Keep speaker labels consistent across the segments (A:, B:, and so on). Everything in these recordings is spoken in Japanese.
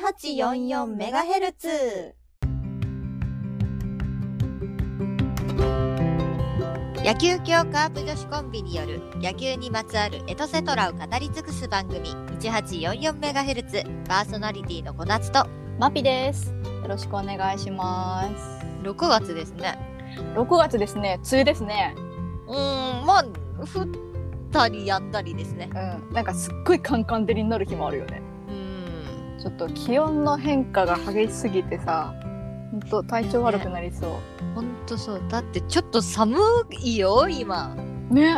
A: 1844メガヘルツ。
B: 野球協カープ女子コンビによる野球にまつわるエトセトラを語り尽くす番組 1844MHz パーソナリティのこなつと
A: マピです。よろしくお願いします。
B: 6月ですね
A: 6月ですね、梅雨ですね。
B: うーんまあ降ったりやんだりですね
A: うん、なんかすっごいカンカン照りになる日もあるよね。
B: うーん
A: ちょっと気温の変化が激しすぎてさ、ほんと体調悪くなりそ
B: ほんとそうだってちょっと寒いよ今
A: う。ね。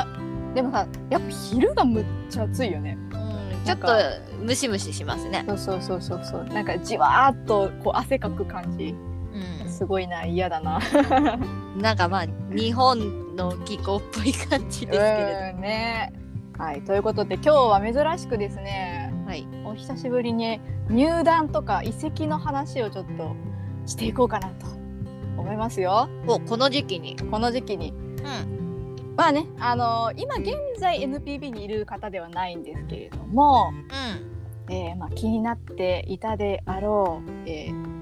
A: でもさ、やっぱ昼がむっちゃ暑いよね。
B: うんちょ
A: な
B: っ
A: ん
B: と
A: か
B: ムシムシしますね
A: そうそうそうそうそう。なんかじわーっとこう汗かく感じ。
B: う
A: すごいな、嫌だな。
B: んなんかまあ日本の気候っぽい感じですけれ
A: うんね。はい、ということで今日は珍しくですね
B: どはい
A: お久しぶりに入団とか移籍の話をちょっとしていこうかなと思いますよ
B: もうこの時期に
A: この時期に。
B: うん
A: まあね、あの今現在 NPB にいる方ではないんですけれども、
B: う
A: えーまあ、気になっていたであろう、えー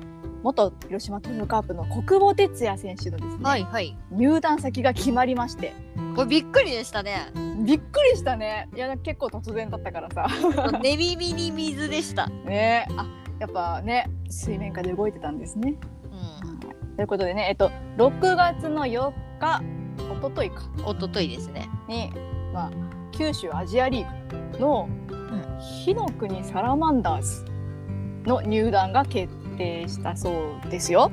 A: 元広島東洋カープの国保哲也選手のですね、
B: んはいはい
A: 入団先が決まりまして
B: これびっくりでしたね
A: びっくりしたねいやなんか結構突然だったからさ。
B: 寝耳に水でした。
A: ねあやっぱね水面下で動いてたんですね。
B: うん、
A: ということでねえっと6月の4日おとといか
B: 一昨日ですね。
A: に、まあ、九州アジアリーグの
B: ん
A: 火の国サラマンダーズの入団が決定したそうですよ。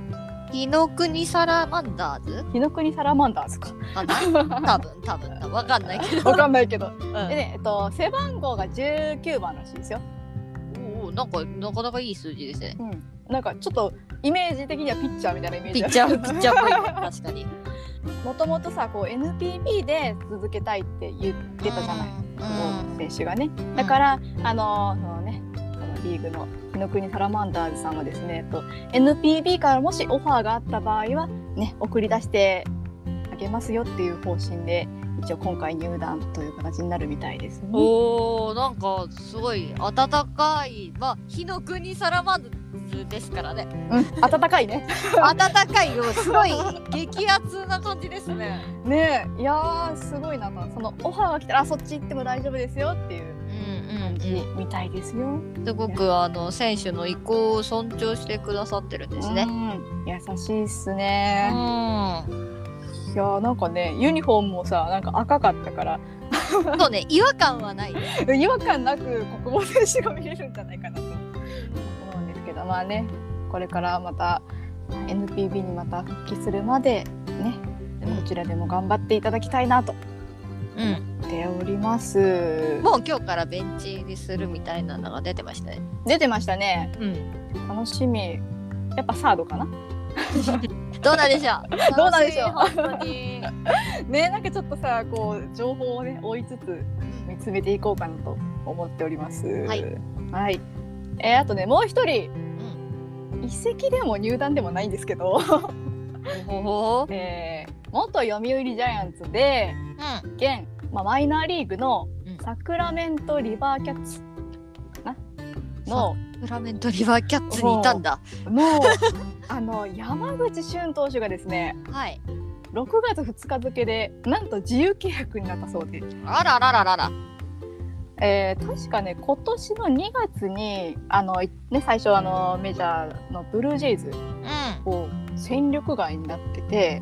B: 日の国サラマンダーズ。
A: 火の国サラマンダー ズか。
B: あ、 多分、多分、わかんないけど。
A: わかんないけど。
B: うん
A: でねえっと背番号が19番らしいですよ。
B: おうおう、なんか、なかなかいい数字ですね。
A: なんかちょっとイメージ的にはピッチャーみたいなイメージ
B: ピ
A: だ
B: ッ
A: け
B: チ
A: ど
B: ャ ー、ピッチャーっぽい、確かに。
A: もともとさこう NPB で続けたいって言ってたじゃない、
B: うん。
A: 選手がねだから、あのそのねそのリーグの日の国サラマンダーズさんはですねえっと NPB からもしオファーがあった場合はね送り出してあげますよっていう方針で一応今回入団という形になるみたいですね。
B: おお、なんか、すごい暖かい、まあ、日の国サラマンダーズですからね。
A: うん、暖かいね。
B: 暖かいよ、すごい激熱な感じですね。
A: ねえいやーすごいなとそのオファーが来たらあそっち行っても大丈夫ですよっていう
B: うん、
A: 感
B: う
A: じ
B: ん、
A: みたいですよ。
B: うん。すごく、あの、選手の意向を尊重してくださってるんですね。
A: うん優しいっすね。
B: う
A: いやーなんかねユニフォームもさなんか赤かったから
B: ん、そうね違和感はないね
A: 違和感なく国防選手が見れるんじゃないかなと思うんですけどまあねこれからまた NPB にまた復帰するまでねこちらでも頑張っていただきたいなと
B: うん
A: 思っております。
B: もう今日からベンチ入りするみたいなのが出てましたね
A: 出てましたね
B: うん
A: 楽しみやっぱサードかな
B: どうなんでしょう
A: どうなんでしょう
B: 楽い本当に
A: ねなんかちょっとさこう情報をね追いつつ見つめていこうかなと思っております。
B: はい、
A: はい、えーあとねもう一人
B: うん
A: 移籍でも入団でもないんですけど、
B: ほほほ
A: えー元読売ジャイアンツで
B: う
A: 現、まあ、マイナーリーグの
B: うん
A: サクラメントリバーキャッツかなの
B: んフラメントリバーキャッツにいたんだ
A: の あの山口俊投手がですね
B: はい
A: 6月2日付でなんと自由契約になったそうで、
B: あららららら
A: えー確かね今年の2月にあの、ね、最初あのメジャーのブルージェイズ
B: うん
A: を戦力外になってて。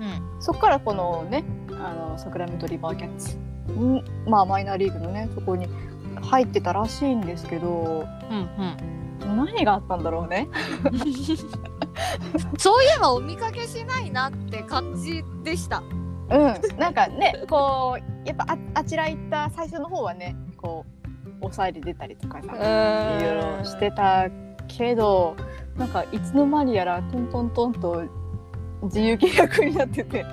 B: うん
A: そこからこのねあのサクラメントリバーキャッツんまあマイナーリーグのねそこに入ってたらしいんですけど
B: うん
A: 何があったんだろうね。
B: うんそういえばお見かけしないなって感じでした
A: うん、なんかねこうやっぱああちら行った最初の方はねこう抑えで出たりとかさいろいろしてたけどなんかいつの間にやらトントントンと自由契約になってて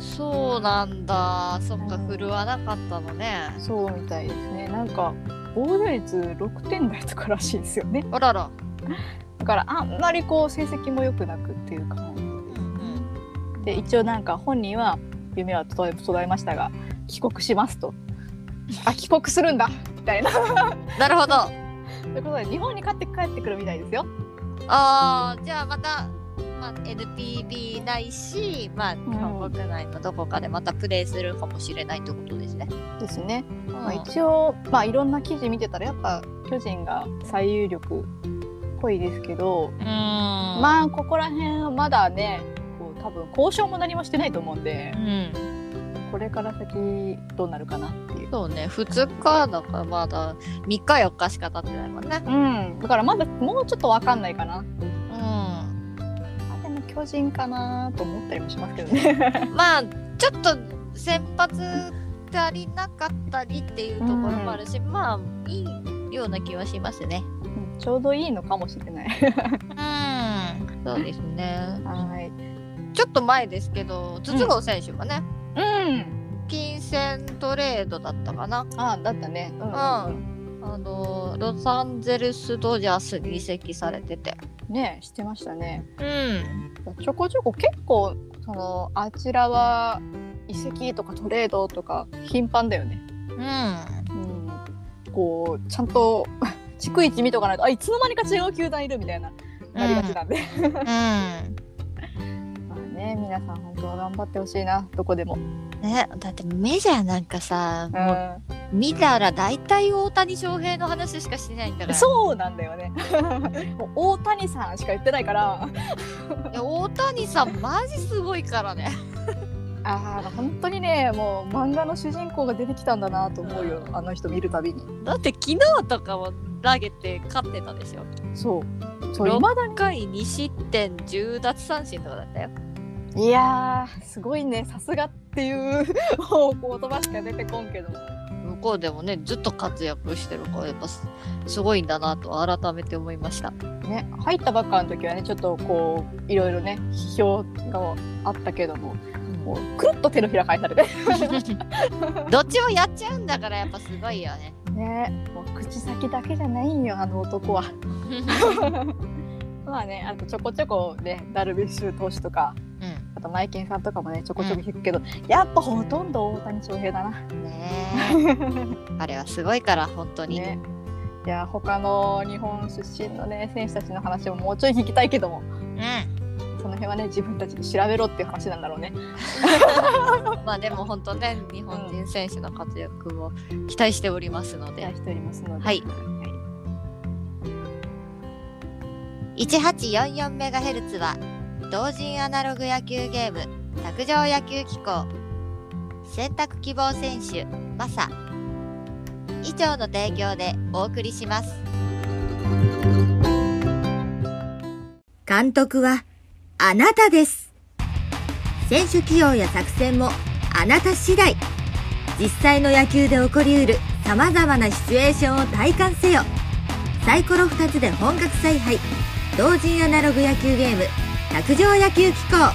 B: そうなんだそっか
A: うん
B: 振るわなかったのね
A: そうみたいですねなんか防御率6点台とからしいですよね。
B: あらら
A: だからあんまりこう成績も良くなくっていう感
B: うんうん
A: じで一応なんか本人は夢は途絶え途絶えましたが帰国しますとあ帰国するんだみたいな
B: なるほど
A: ということで日本に買って帰ってくるみたいですよ。
B: ああじゃあまた、まあ、NPB ないし、まあ、日本国内のどこかでまたプレイするかもしれないってことですね。
A: ですね。
B: うん
A: まあ、一応、まあ、いろんな記事見てたらやっぱ巨人が最有力っぽいですけど、
B: ま
A: まあここら辺はまだねこう多分交渉も何もしてないと思うんで
B: うん、
A: これから先どうなるかなっていう。
B: そうね2日だからまだ3日4日しか経ってないもんね。
A: うん、だからまだもうちょっとわかんないかな。
B: うん
A: あでも巨人かなと思ったりもしますけど ね。
B: まあちょっと先発足りなかったりっていうところもあるし、まあいいような気はしますね。
A: うんちょうどいいのかもしれない。
B: うん、そうですね。
A: はい。
B: ちょっと前ですけど筒香選手もね、
A: うん。
B: 金銭トレードだったかな。
A: あだったね。
B: うあのロサンゼルス・ドジャースに移籍されてて。
A: うん。ねしてましたね。
B: うん、
A: ちょこちょこ結構そのあちらは移籍とかトレードとか頻繁だよね。
B: うん、
A: うん、こうちゃんと 逐一見とかないとあいつの間にか違う球団いるみたいななりがちなんで。
B: うん。
A: まあね皆さん本当は頑張ってほしいなどこでも。
B: ね、だってメジャーなんかさ、
A: う、
B: もうん見たら大体大谷翔平の話しかしてないんだから。
A: そうなんだよね。 もう大谷さんしか言ってないから
B: いや大谷さんマジすごいからね。
A: あー本当にねもう漫画の主人公が出てきたんだなと思うよあの人見るたびに。
B: だって昨日とかも投げて勝ってたでしょ。
A: そうそう
B: 6
A: 今
B: 回2失点10奪三振とかだったよ。
A: いやーすごいねさすがっていう もう言葉しか出てこんけど
B: 向こうでもねずっと活躍してるからやっぱすすごいんだなと改めて思いました。
A: ね入ったばっかの時はねちょっとこういろいろね批評があったけども もうくるっと手のひら返されて
B: どっちもやっちゃうんだからやっぱすごいよね。
A: ねもう口先だけじゃないんよあの男はまあねあとちょこちょこねダルビッシュ投手とか
B: う
A: あとマイケンさんとかもねちょこちょこ聞くけど、やっぱほとんど大谷翔平だな。
B: ん、ね えあれはすごいから本当に。
A: ねいや他の日本出身のね選手たちの話ももうちょい聞きたいけども
B: うん
A: その辺はね自分たちで調べろっていう話なんだろうね。
B: まあでも本当ね日本人選手の活躍を期待しておりますの
A: 期
B: で。
A: 待しておりますので。
B: はい1844メガヘルツは同人アナログ野球ゲーム卓上野球機構選択希望選手マサ以上の提供でお送りします
C: 監督はあなたです選手起用や作戦もあなた次第実際の野球で起こりうる様々なシチュエーションを体感せよサイコロ2つで本格采配同人アナログ野球ゲーム卓上野球機構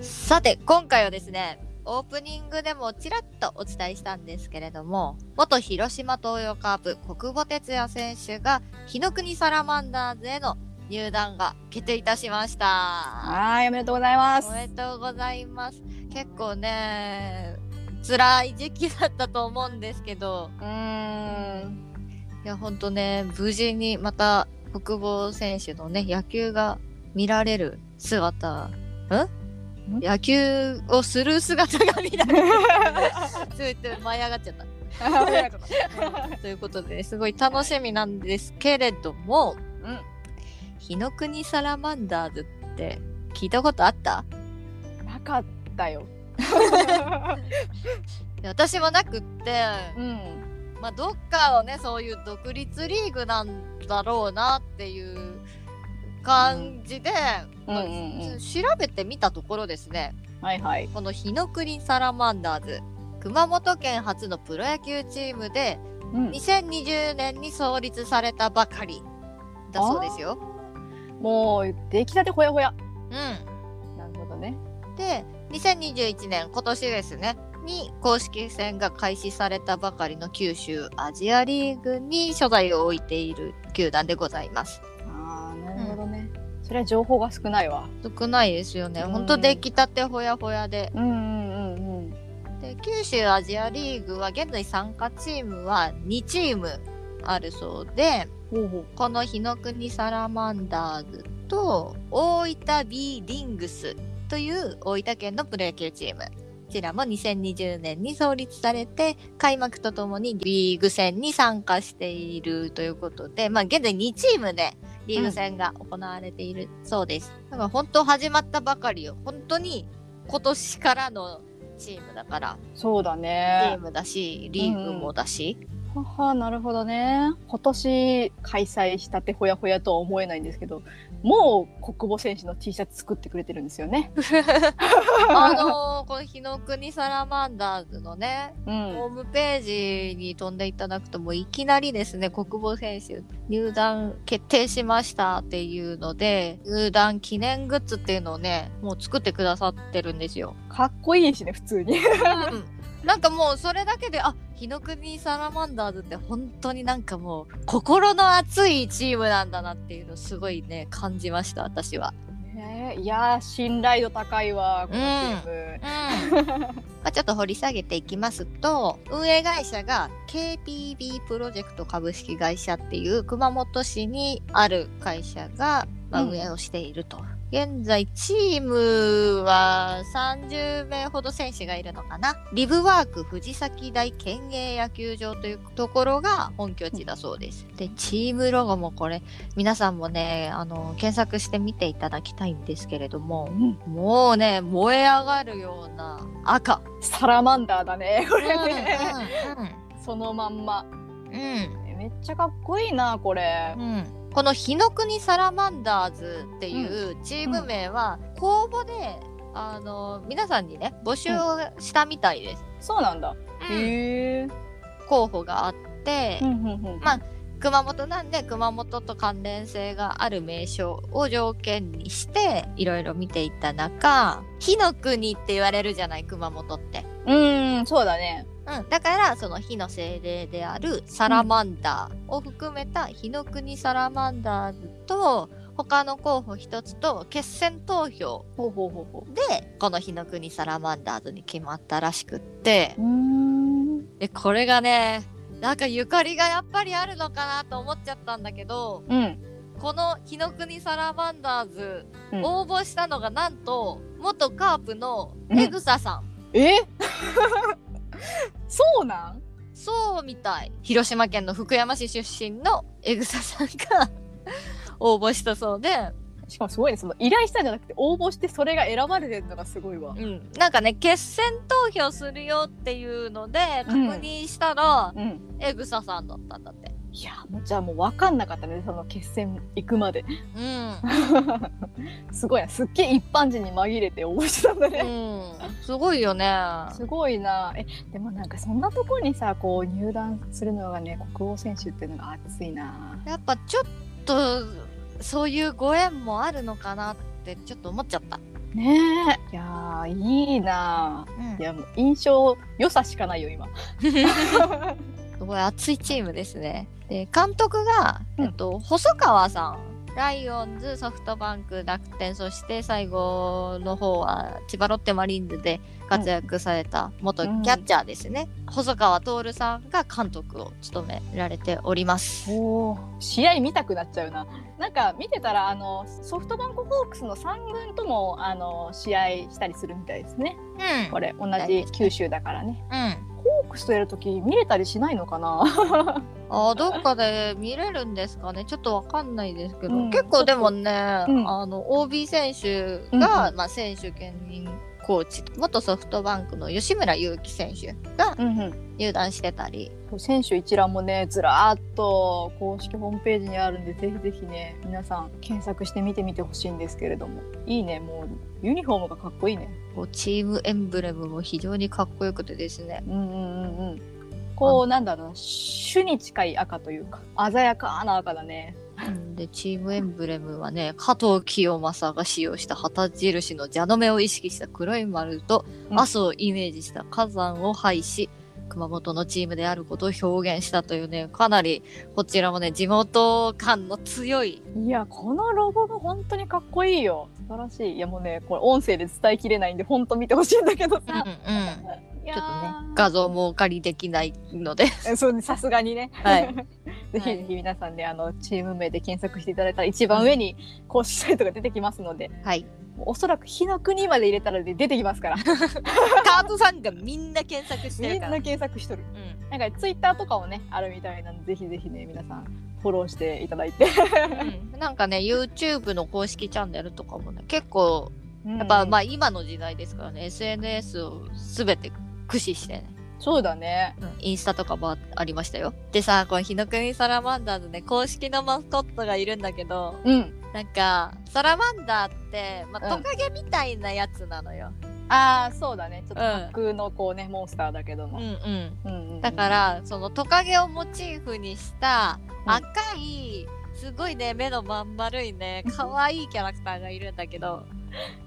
B: さて今回はですねオープニングでもちらっとお伝えしたんですけれども元広島東洋カープ小久保哲也選手が日の国サラマンダーズへの入団が決定いたしました。
A: はい、おめでとうございます
B: お。めでとうございます。結構ね、辛い時期だったと思うんですけど、
A: うーん、
B: いや、ほんとね、無事にまた、国防選手のね、野球が見られる姿、ん
A: ん
B: 野球をする姿が見られる。ついて舞い上がっちゃった。 ということで、すごい楽しみなんですけれども、
A: うん
B: 日の国サラマンダーズって聞いたことあった
A: なかったよ。
B: いや私もなくって、
A: うん、
B: まあ、どっかをねそういう独立リーグなんだろうなっていう感じで、
A: うん、う
B: まあ
A: ん、
B: 調べてみたところですね
A: はいはい。
B: この日の国サラマンダーズ熊本県初のプロ野球チームで
A: うん、
B: 2020年に創立されたばかりだそうですよ。
A: もう出来たてほやほや。
B: う
A: なるほどね。
B: ん、で2021年今年ですねに公式戦が開始されたばかりの九州アジアリーグに所在を置いている球団でございます。
A: ああ、なるほどね。それは情報が少ないわ。
B: 少ないですよね。
A: うん
B: ほんと出来たてほやほやで。
A: うん、うん、うん、うん。
B: で九州アジアリーグは現在参加チームは2チームあるそうで
A: ほうほう
B: この日の国サラマンダーズと大分 B リングスという大分県のプロ野球チームこちらも2020年に創立されて開幕とともにリーグ戦に参加しているということで、まあ、現在2チームでリーグ戦が行われているそうです、だから本当始まったばかりよ本当に今年からのチームだから
A: そうだ
B: チ
A: ね
B: ー。ムだしリーグもだし、
A: ははなるほどね。今年開催したてほやほやとは思えないんですけど、もう国母選手の T シャツ作ってくれてるんですよね。
B: あのーこの日の国サラマンダーズのね、
A: うん
B: ホームページに飛んでいただくと、もういきなりですね、国防選手入団決定しましたっていうので、入団記念グッズっていうのをね、もう作ってくださってるんですよ。
A: かっこいいしね普通に。
B: なんかもうそれだけで、あ、日の国サラマンダーズって本当になんかもう心の熱いチームなんだなっていうのをすごいね、感じました、私は。
A: ねえいやー信頼度高いわこのチーム。
B: うんまあちょっと掘り下げていきますと運営会社が KPB プロジェクト株式会社っていう熊本市にある会社が、まあ
A: うん
B: 運営をしていると、現在チームは30名ほど選手がいるのかなリブワーク藤崎大県営野球場というところが本拠地だそうですでチームロゴもこれ皆さんもねあの検索してみていただきたいんですけれども、
A: うん
B: もうね燃え上がるような赤
A: サラマンダーだね こ
B: うんうん
A: れね。そのまんま。
B: うん
A: めっちゃかっこいいなこれ。
B: うんうんこの「日の国サラマンダーズ」っていうチーム名は公募で、あの皆さんにね募集をしたみたいです、
A: そうなんだ。へえ。
B: 候補があって、
A: うんうんうん
B: まあ熊本なんで熊本と関連性がある名称を条件にしていろいろ見ていった中「火の国」って言われるじゃない熊本って。
A: うーんそうだね。
B: うん、だからその火の精霊であるサラマンダーを含めた火の国サラマンダーズと他の候補一つと決選投票
A: ほうほうほうほう。
B: でこの火の国サラマンダーズに決まったらしくって
A: うーん
B: でこれがねなんかゆかりがやっぱりあるのかなと思っちゃったんだけど
A: うん。
B: この「火の国サラマンダーズ」応募したのがなんと元カープのエグサさん、
A: え そうなん
B: そうみたい広島県の福山市出身のエグサさんが 応募したそうで、
A: しかもすごいねその依頼したんじゃなくて応募してそれが選ばれてるのがすごいわ
B: うん、なんかね決選投票するよっていうので確
A: うん
B: 認したら、
A: うん
B: エグサさんだったんだって。
A: いやもうじゃあもう分かんなかったねその決戦行くまで
B: う
A: すごいなすっげえ一般人に紛れて応募してたんだね、
B: ん、 うん、すごいよね。
A: すごいなえでもなんかそんなとこにさこう入団するのがね国王選手っていうのが熱いな
B: やっぱちょっとそういうご縁もあるのかなってちょっと思っちゃった。
A: ねえいやーいいな
B: うん
A: い、やもう印象良さしかないよ今
B: すごい熱いチームですね。で監督が、
A: うん
B: えっと、細川さんライオンズソフトバンク楽天そして最後の方は千葉ロッテマリーンズで活躍された元キャッチャーですね、細川徹さんが監督を務められております。
A: おー試合見たくなっちゃうななんか見てたらあのソフトバンクホークスの3軍ともあの試合したりするみたいですね
B: うん、
A: これ同じ九州だからね
B: うん
A: ホークスとやるとき見れたりしないのかな
B: あーどっかで見れるんですかねちょっとわかんないですけど、
A: うん
B: 結構でもね、
A: うん
B: あの OB 選手が、
A: うんう
B: まあ、選手兼任コーチ元ソフトバンクの吉村勇輝選手が
A: うんうん
B: 入団してたり、
A: そう選手一覧もねずらーっと公式ホームページにあるんでぜひぜひね皆さん検索して見てみてほしいんですけれどもいいねもうユニフォームがかっこいいね
B: こうチームエンブレムも非常にかっこよくてですね
A: うんうんうんうんこうなんだろうな種に近い赤というか鮮やかな赤だね
B: うんでチームエンブレムはね加藤清正が使用した旗印の蛇の目を意識した黒い丸と
A: うん
B: 阿蘇をイメージした火山を配し熊本のチームであることを表現したというねかなりこちらもね地元感の強い
A: いやこのロゴが本当にかっこい いよ素晴らしいいやもうねこれ音声で伝えきれないんで本当見てほしいんだけど
B: うんう
A: さ、
B: ん
A: いや
B: ちょっとね
A: ー、
B: 画像もお借りできないので。
A: えそうねさすがにね。
B: はい。
A: ぜひぜひ皆さんで、あのチーム名で検索していただいたら一番上に公式サイトが出てきますので、
B: はい。
A: もうおそらく日の国まで入れたらで出てきますから。
B: カートさんがみんな検索して
A: み
B: る
A: んな
B: から。
A: 検索しとる。
B: うん
A: なんかツイッターとかもねあるみたいなのでぜひぜひね皆さんフォローしていただいて。
B: うん、なんかね YouTube の公式チャンネルとかもね結構や
A: や
B: っぱ、まあ今の時代ですからね SNS を全て駆使してね、
A: そうだね。
B: インスタとかもあありましたよでさこの日の国サラマンダーのね公式のマスコットがいるんだけど
A: うん。
B: なんかサラマンダーって、まあ、
A: う
B: ト
A: ん
B: カゲみたいなやつなのよ、
A: ああそうだね。ちょっと
B: うん
A: 架空のこうねモンスターだけど
B: うん
A: も。うんうん
B: だかららそのトカゲをモチーフにした
A: うん
B: 赤い、すごいね目のまん丸いね可愛いキャラクターがいるんだけど、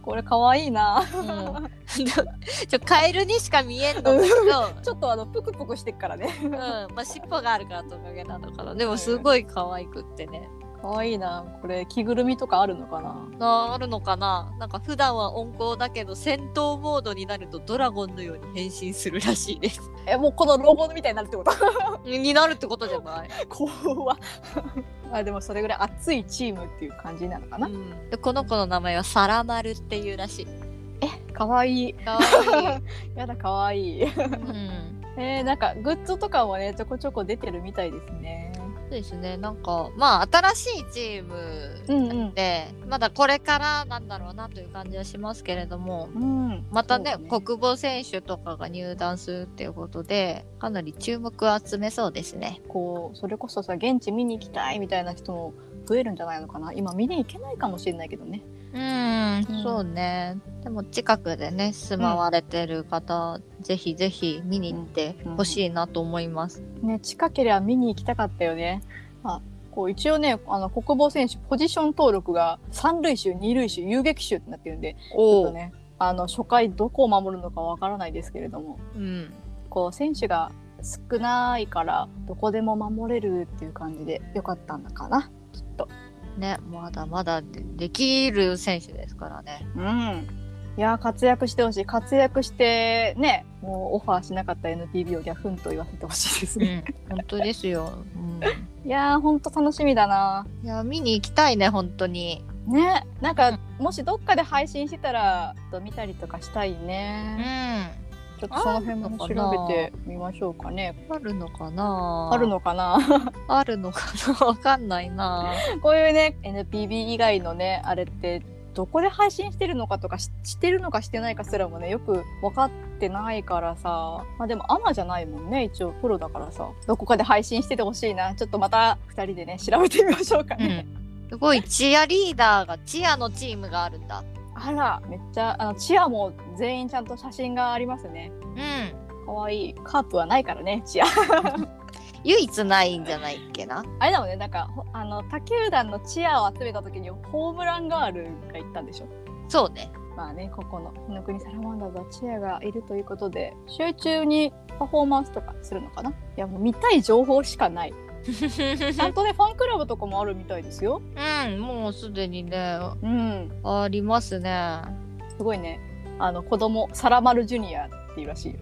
A: これ可愛いな。
B: うん、 ちょカエルにしか見えんのだけ ど
A: ちょっとあのプクプクしてっからね。
B: うん、まあ尻尾があるからトカゲなのかな。でもすごい可愛くってね。
A: 可愛いな。これ着ぐるみとかあるのかな。
B: なあるのかななんか普段は温厚だけど戦闘モードになるとドラゴンのように変身するらしいです。
A: えもうこのロゴみたいになるってこと。
B: になるってことじゃない、
A: 怖。 あでもそれぐらい熱いチームっていう感じなのかな。
B: でこの子の名前はサラマルっていうらしい。
A: 可愛い。
B: かわ
A: やだ可愛い。
B: いい。うん。
A: えー、なんかグッズとかもねちょこちょこ出てるみたいですね。
B: そうですね。なんかまあ新しいチームなんで、まだこれからなんだろうなという感じはしますけれども、
A: うん。
B: またね
A: そうだ
B: 国防選手とかが入団するっていうことでかなり注目を集めそうですね
A: こうそれこそさ現地見に行きたいみたいな人も増えるんじゃないのかな。今見に行けないかもしれないけどね。
B: うん
A: うん
B: そうねでも近くでね住まわれてる方、ぜひぜひ見に行ってほしいなと思います、
A: ね近ければ見に行きたかったよね。まあこう一応ねあの国防選手ポジション登録が三塁手二塁手遊撃手ってなってるんでちょっとねあの初回どこを守るのかわからないですけれども
B: うん
A: こう選手が少ないからどこでも守れるっていう感じでよかったんだかなきっと。
B: ねまだまだでできる選手ですからね
A: うん。いやー活躍してほしい活躍してねもうオファーしなかった NPB をギャフンと言わせてほしいです
B: う
A: ね、
B: ん本当ですよ、うん、
A: いやーほんと楽しみだない
B: や見に行きたいね本当に
A: ねなんかもしどっかで配信してたらちょっと見たりとかしたい
B: うん
A: ね、
B: あ
A: ちょっとその辺も
B: あるのか
A: 調
B: な
A: べてみましょうかね
B: るのかな
A: あるのかな
B: あるのかなわかんないな
A: こういうね NPB 以外のねあれってどこで配信してるのかとかししてるのかしてないかすらもねよく分かってないからさまあでもアマじゃないもんね一応プロだからさどこかで配信しててほしいなちょっとまた2人でね調べてみましょうかね、
B: すごいチアリーダーがチアのチームがあるんだ。
A: あらめっちゃあのチアも全員ちゃんと写真がありますね
B: うん。
A: かわいいカープはないからねチア
B: 唯一ないんじゃないっけな。
A: あれだもんねなんかほあの他球団のチアを集めた時にホームランガールが行ったんでしょ
B: そうね。
A: まあね、ここの日の国サラマンダーズはチアがいるということで、集中にパフォーマンスとかするのかないや、もう見たい情報しかない。ちゃんとね、ファンクラブとかもあるみたいですよ。
B: うん、もうすでにね、
A: うん。
B: ありますね。
A: すごいね。あの、子供、サラマルジュニアっていうらしいよ。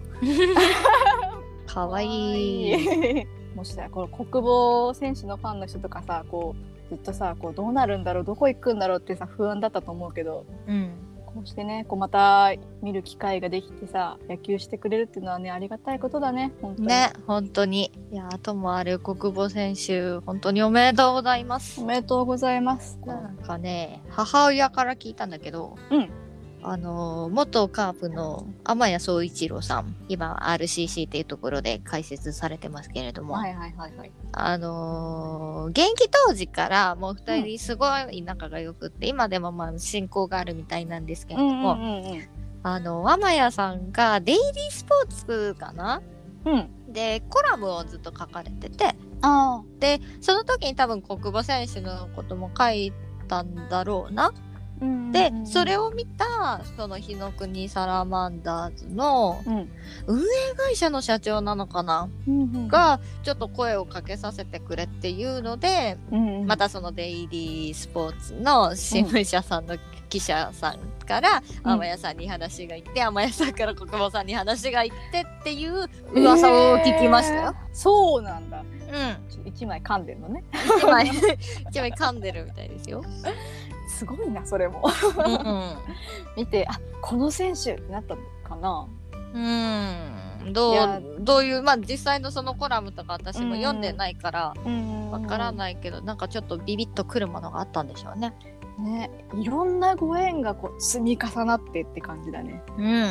B: か
A: か
B: わいい。
A: い。 もしね、この国防選手のファンの人とかさ、こう、ずっとさ、こう、どうなるんだろう、どこ行くんだろうってさ、不安だったと思うけど、
B: うん。
A: こうしてね、こうまた見る機会ができてさ、野球してくれるっていうのはね、ありがたいことだね、本当に。
B: ね、本当に。いや、ともある国防選手、本当におめでとうございます
A: お。めでとうございます。
B: なんかね、母親から聞いたんだけど、
A: うん
B: あの、元カープの天谷総一郎さん、今 RCC っていうところで解説されてますけれども、
A: はいはいはいはい。
B: あのー現役当時からもう二人すごい仲が良くって、今でもまあ親交があるみたいなんですけれども、
A: うん
B: あの天谷さんがデイリースポーツかな
A: うん。うん。
B: でコラムをずっと書かれてて
A: あ
B: でその時に多分国母選手のことも書いたんだろうな
A: あ。
B: で、それを見た、その日の国サラマンダーズの
A: うん
B: 運営会社の社長なのかな
A: が、
B: が、ちょっと声をかけさせてくれっていうので、
A: うん
B: またそのデイリースポーツの新聞社さんの記者さんから、
A: うん
B: 天谷さんに話が行って、天谷さんから国保さんに話が行ってっていう噂を聞きましたよ。
A: えーそうなんだ。
B: うん。
A: ちょ一枚噛んでんのね。
B: 一枚、一枚噛んでるみたいですよ。
A: すごいな、それも。
B: うんうん。
A: 見て、あ、この選手ってなったのかな。
B: うーんど
A: いや
B: うどういうまあ実際のそのコラムとか私も読んでないからわ
A: わ
B: から
A: い。
B: ないけど、なんかちょっとビビッとくるものがあったんでしょうね。
A: ね、いろんなご縁がこう積み重なってって感じだね。
B: うん、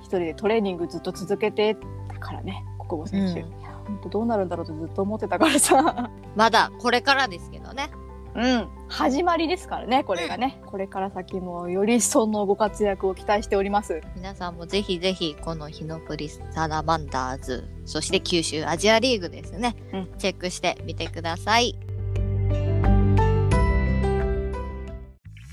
A: 一人でトレーニングずっと続けてたからね、国母選手。
B: う
A: 本当どうなるんだろうとずっと思ってたからさ。
B: まだこれからですけどね。
A: うん、始まりですからね、これがね。これから先もよりそのご活躍を期待しております。
B: 皆さんもぜひぜひこの日のプリサラマンダーズそして九州アジアリーグですね、
A: うん
B: チェックしてみてください。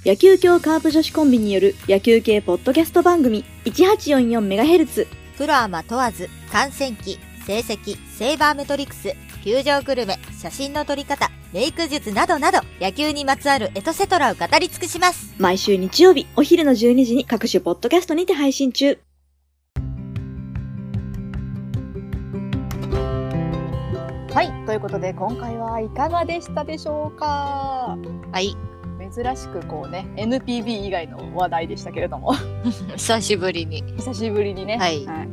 D: 野球協カープ女子コンビによる野球系ポッドキャスト番組 1844MHz
C: プロアマ問わず、観戦記、成績、セイバーメトリクス、球場グルメ、写真の撮り方、メイク術などなど、野球にまつわるエトセトラを語り尽くします。
D: 毎週日曜日お昼の12時に各種ポッドキャストにて配信中
A: はい、ということで今回はいかがでしたでしょうか
B: はい、
A: 珍しくこうね NPB 以外の話題でしたけれども
B: 久しぶりに。
A: 久しぶりにね,、
B: はい
A: ま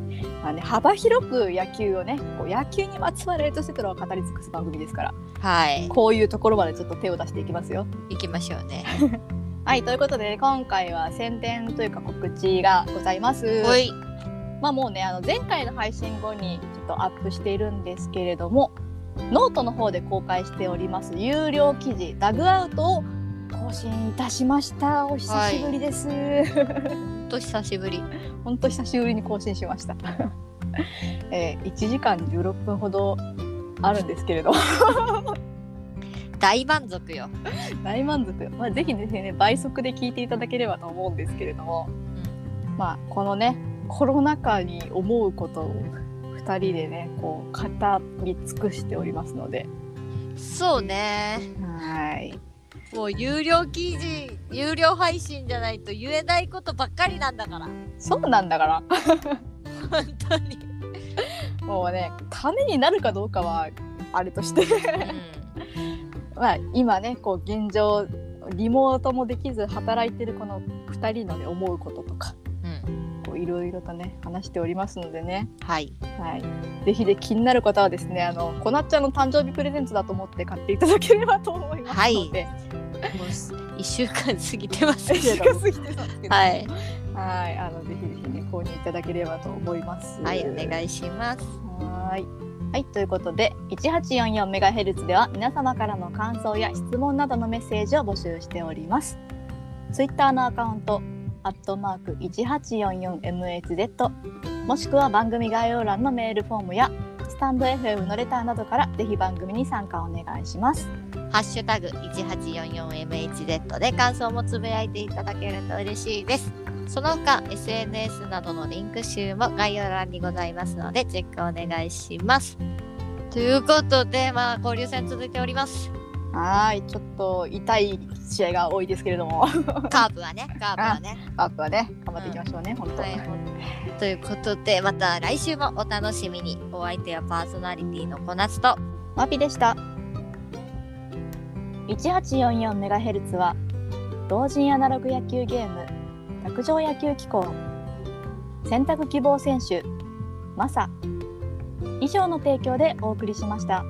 A: あね幅広く野球をねこう野球にまつわるエトセトラを語り尽くす番組ですから
B: はい、
A: こういうところまでちょっと手を出していきますよ。
B: 行きましょう ね。
A: はいということで今回は宣伝というか告知がございます。
B: ほい、
A: まあもうねあの前回の配信後にちょっとアップしているんですけれどもノートの方で公開しております有料記事ダグアウトを更新いたしましたお久しぶりです、
B: ほんと久しぶり。
A: ほんと久しぶりに更新しました、 えー、1時間16分ほどあるんですけれど
B: 大満足よ。
A: 大満足、まあ、ぜひですね倍速で聞いていただければと思うんですけれども、まあこのねコロナ禍に思うことを2人でねこう語り尽くしておりますので
B: そうね。
A: はい。
B: もう有料記事、有料配信じゃないと言えないことばっかりなんだから。
A: そうなんだから。
B: 本当に。
A: もうね、ためになるかどうかは、あれとして。 まあ、今ね、こう、現状、リモートもできず働いてるこの2人のね、思うこととか、
B: うん。
A: こう、いろいろとね、話しておりますのでね。
B: はい。
A: はい。ぜひで気になる方はですね、あの、こなっちゃんの誕生日プレゼントだと思って買っていただければと思いますので。
B: もう一週間過ぎてますけ
A: 時
B: れど
A: 間
B: も。
A: 過ぎてたんですけど。
B: はい。
A: はい。あの、ぜひぜひね、購入いただければと思います。
B: はい、お願いします。
A: はい。はい、ということで、1844MHz では皆様からの感想や質問などのメッセージを募集しております。Twitter のアカウント、アットマーク 1844MHz、もしくは番組概要欄のメールフォームや、スタンド FM のレターなどからぜひ番組に参加お願いします。
B: ハッシュタグ 1844MHz で感想もつぶやいていただけると嬉しいです。その他 SNS などのリンク集も概要欄にございますのでチェックお願いします。ということで、まあ交流戦続いております。
A: はい、ちょっと痛い試合が多いですけれど も、
B: カープはね、カープはね。
A: アップはね、頑張っていきましょうね、本当。
B: はい、ということで、また来週もお楽しみに。お相手はパーソナリティの小夏と、
A: マピでした。1844MHz は同人アナログ野球ゲーム卓上野球機構選択希望選手マサ以上の提供でお送りしました。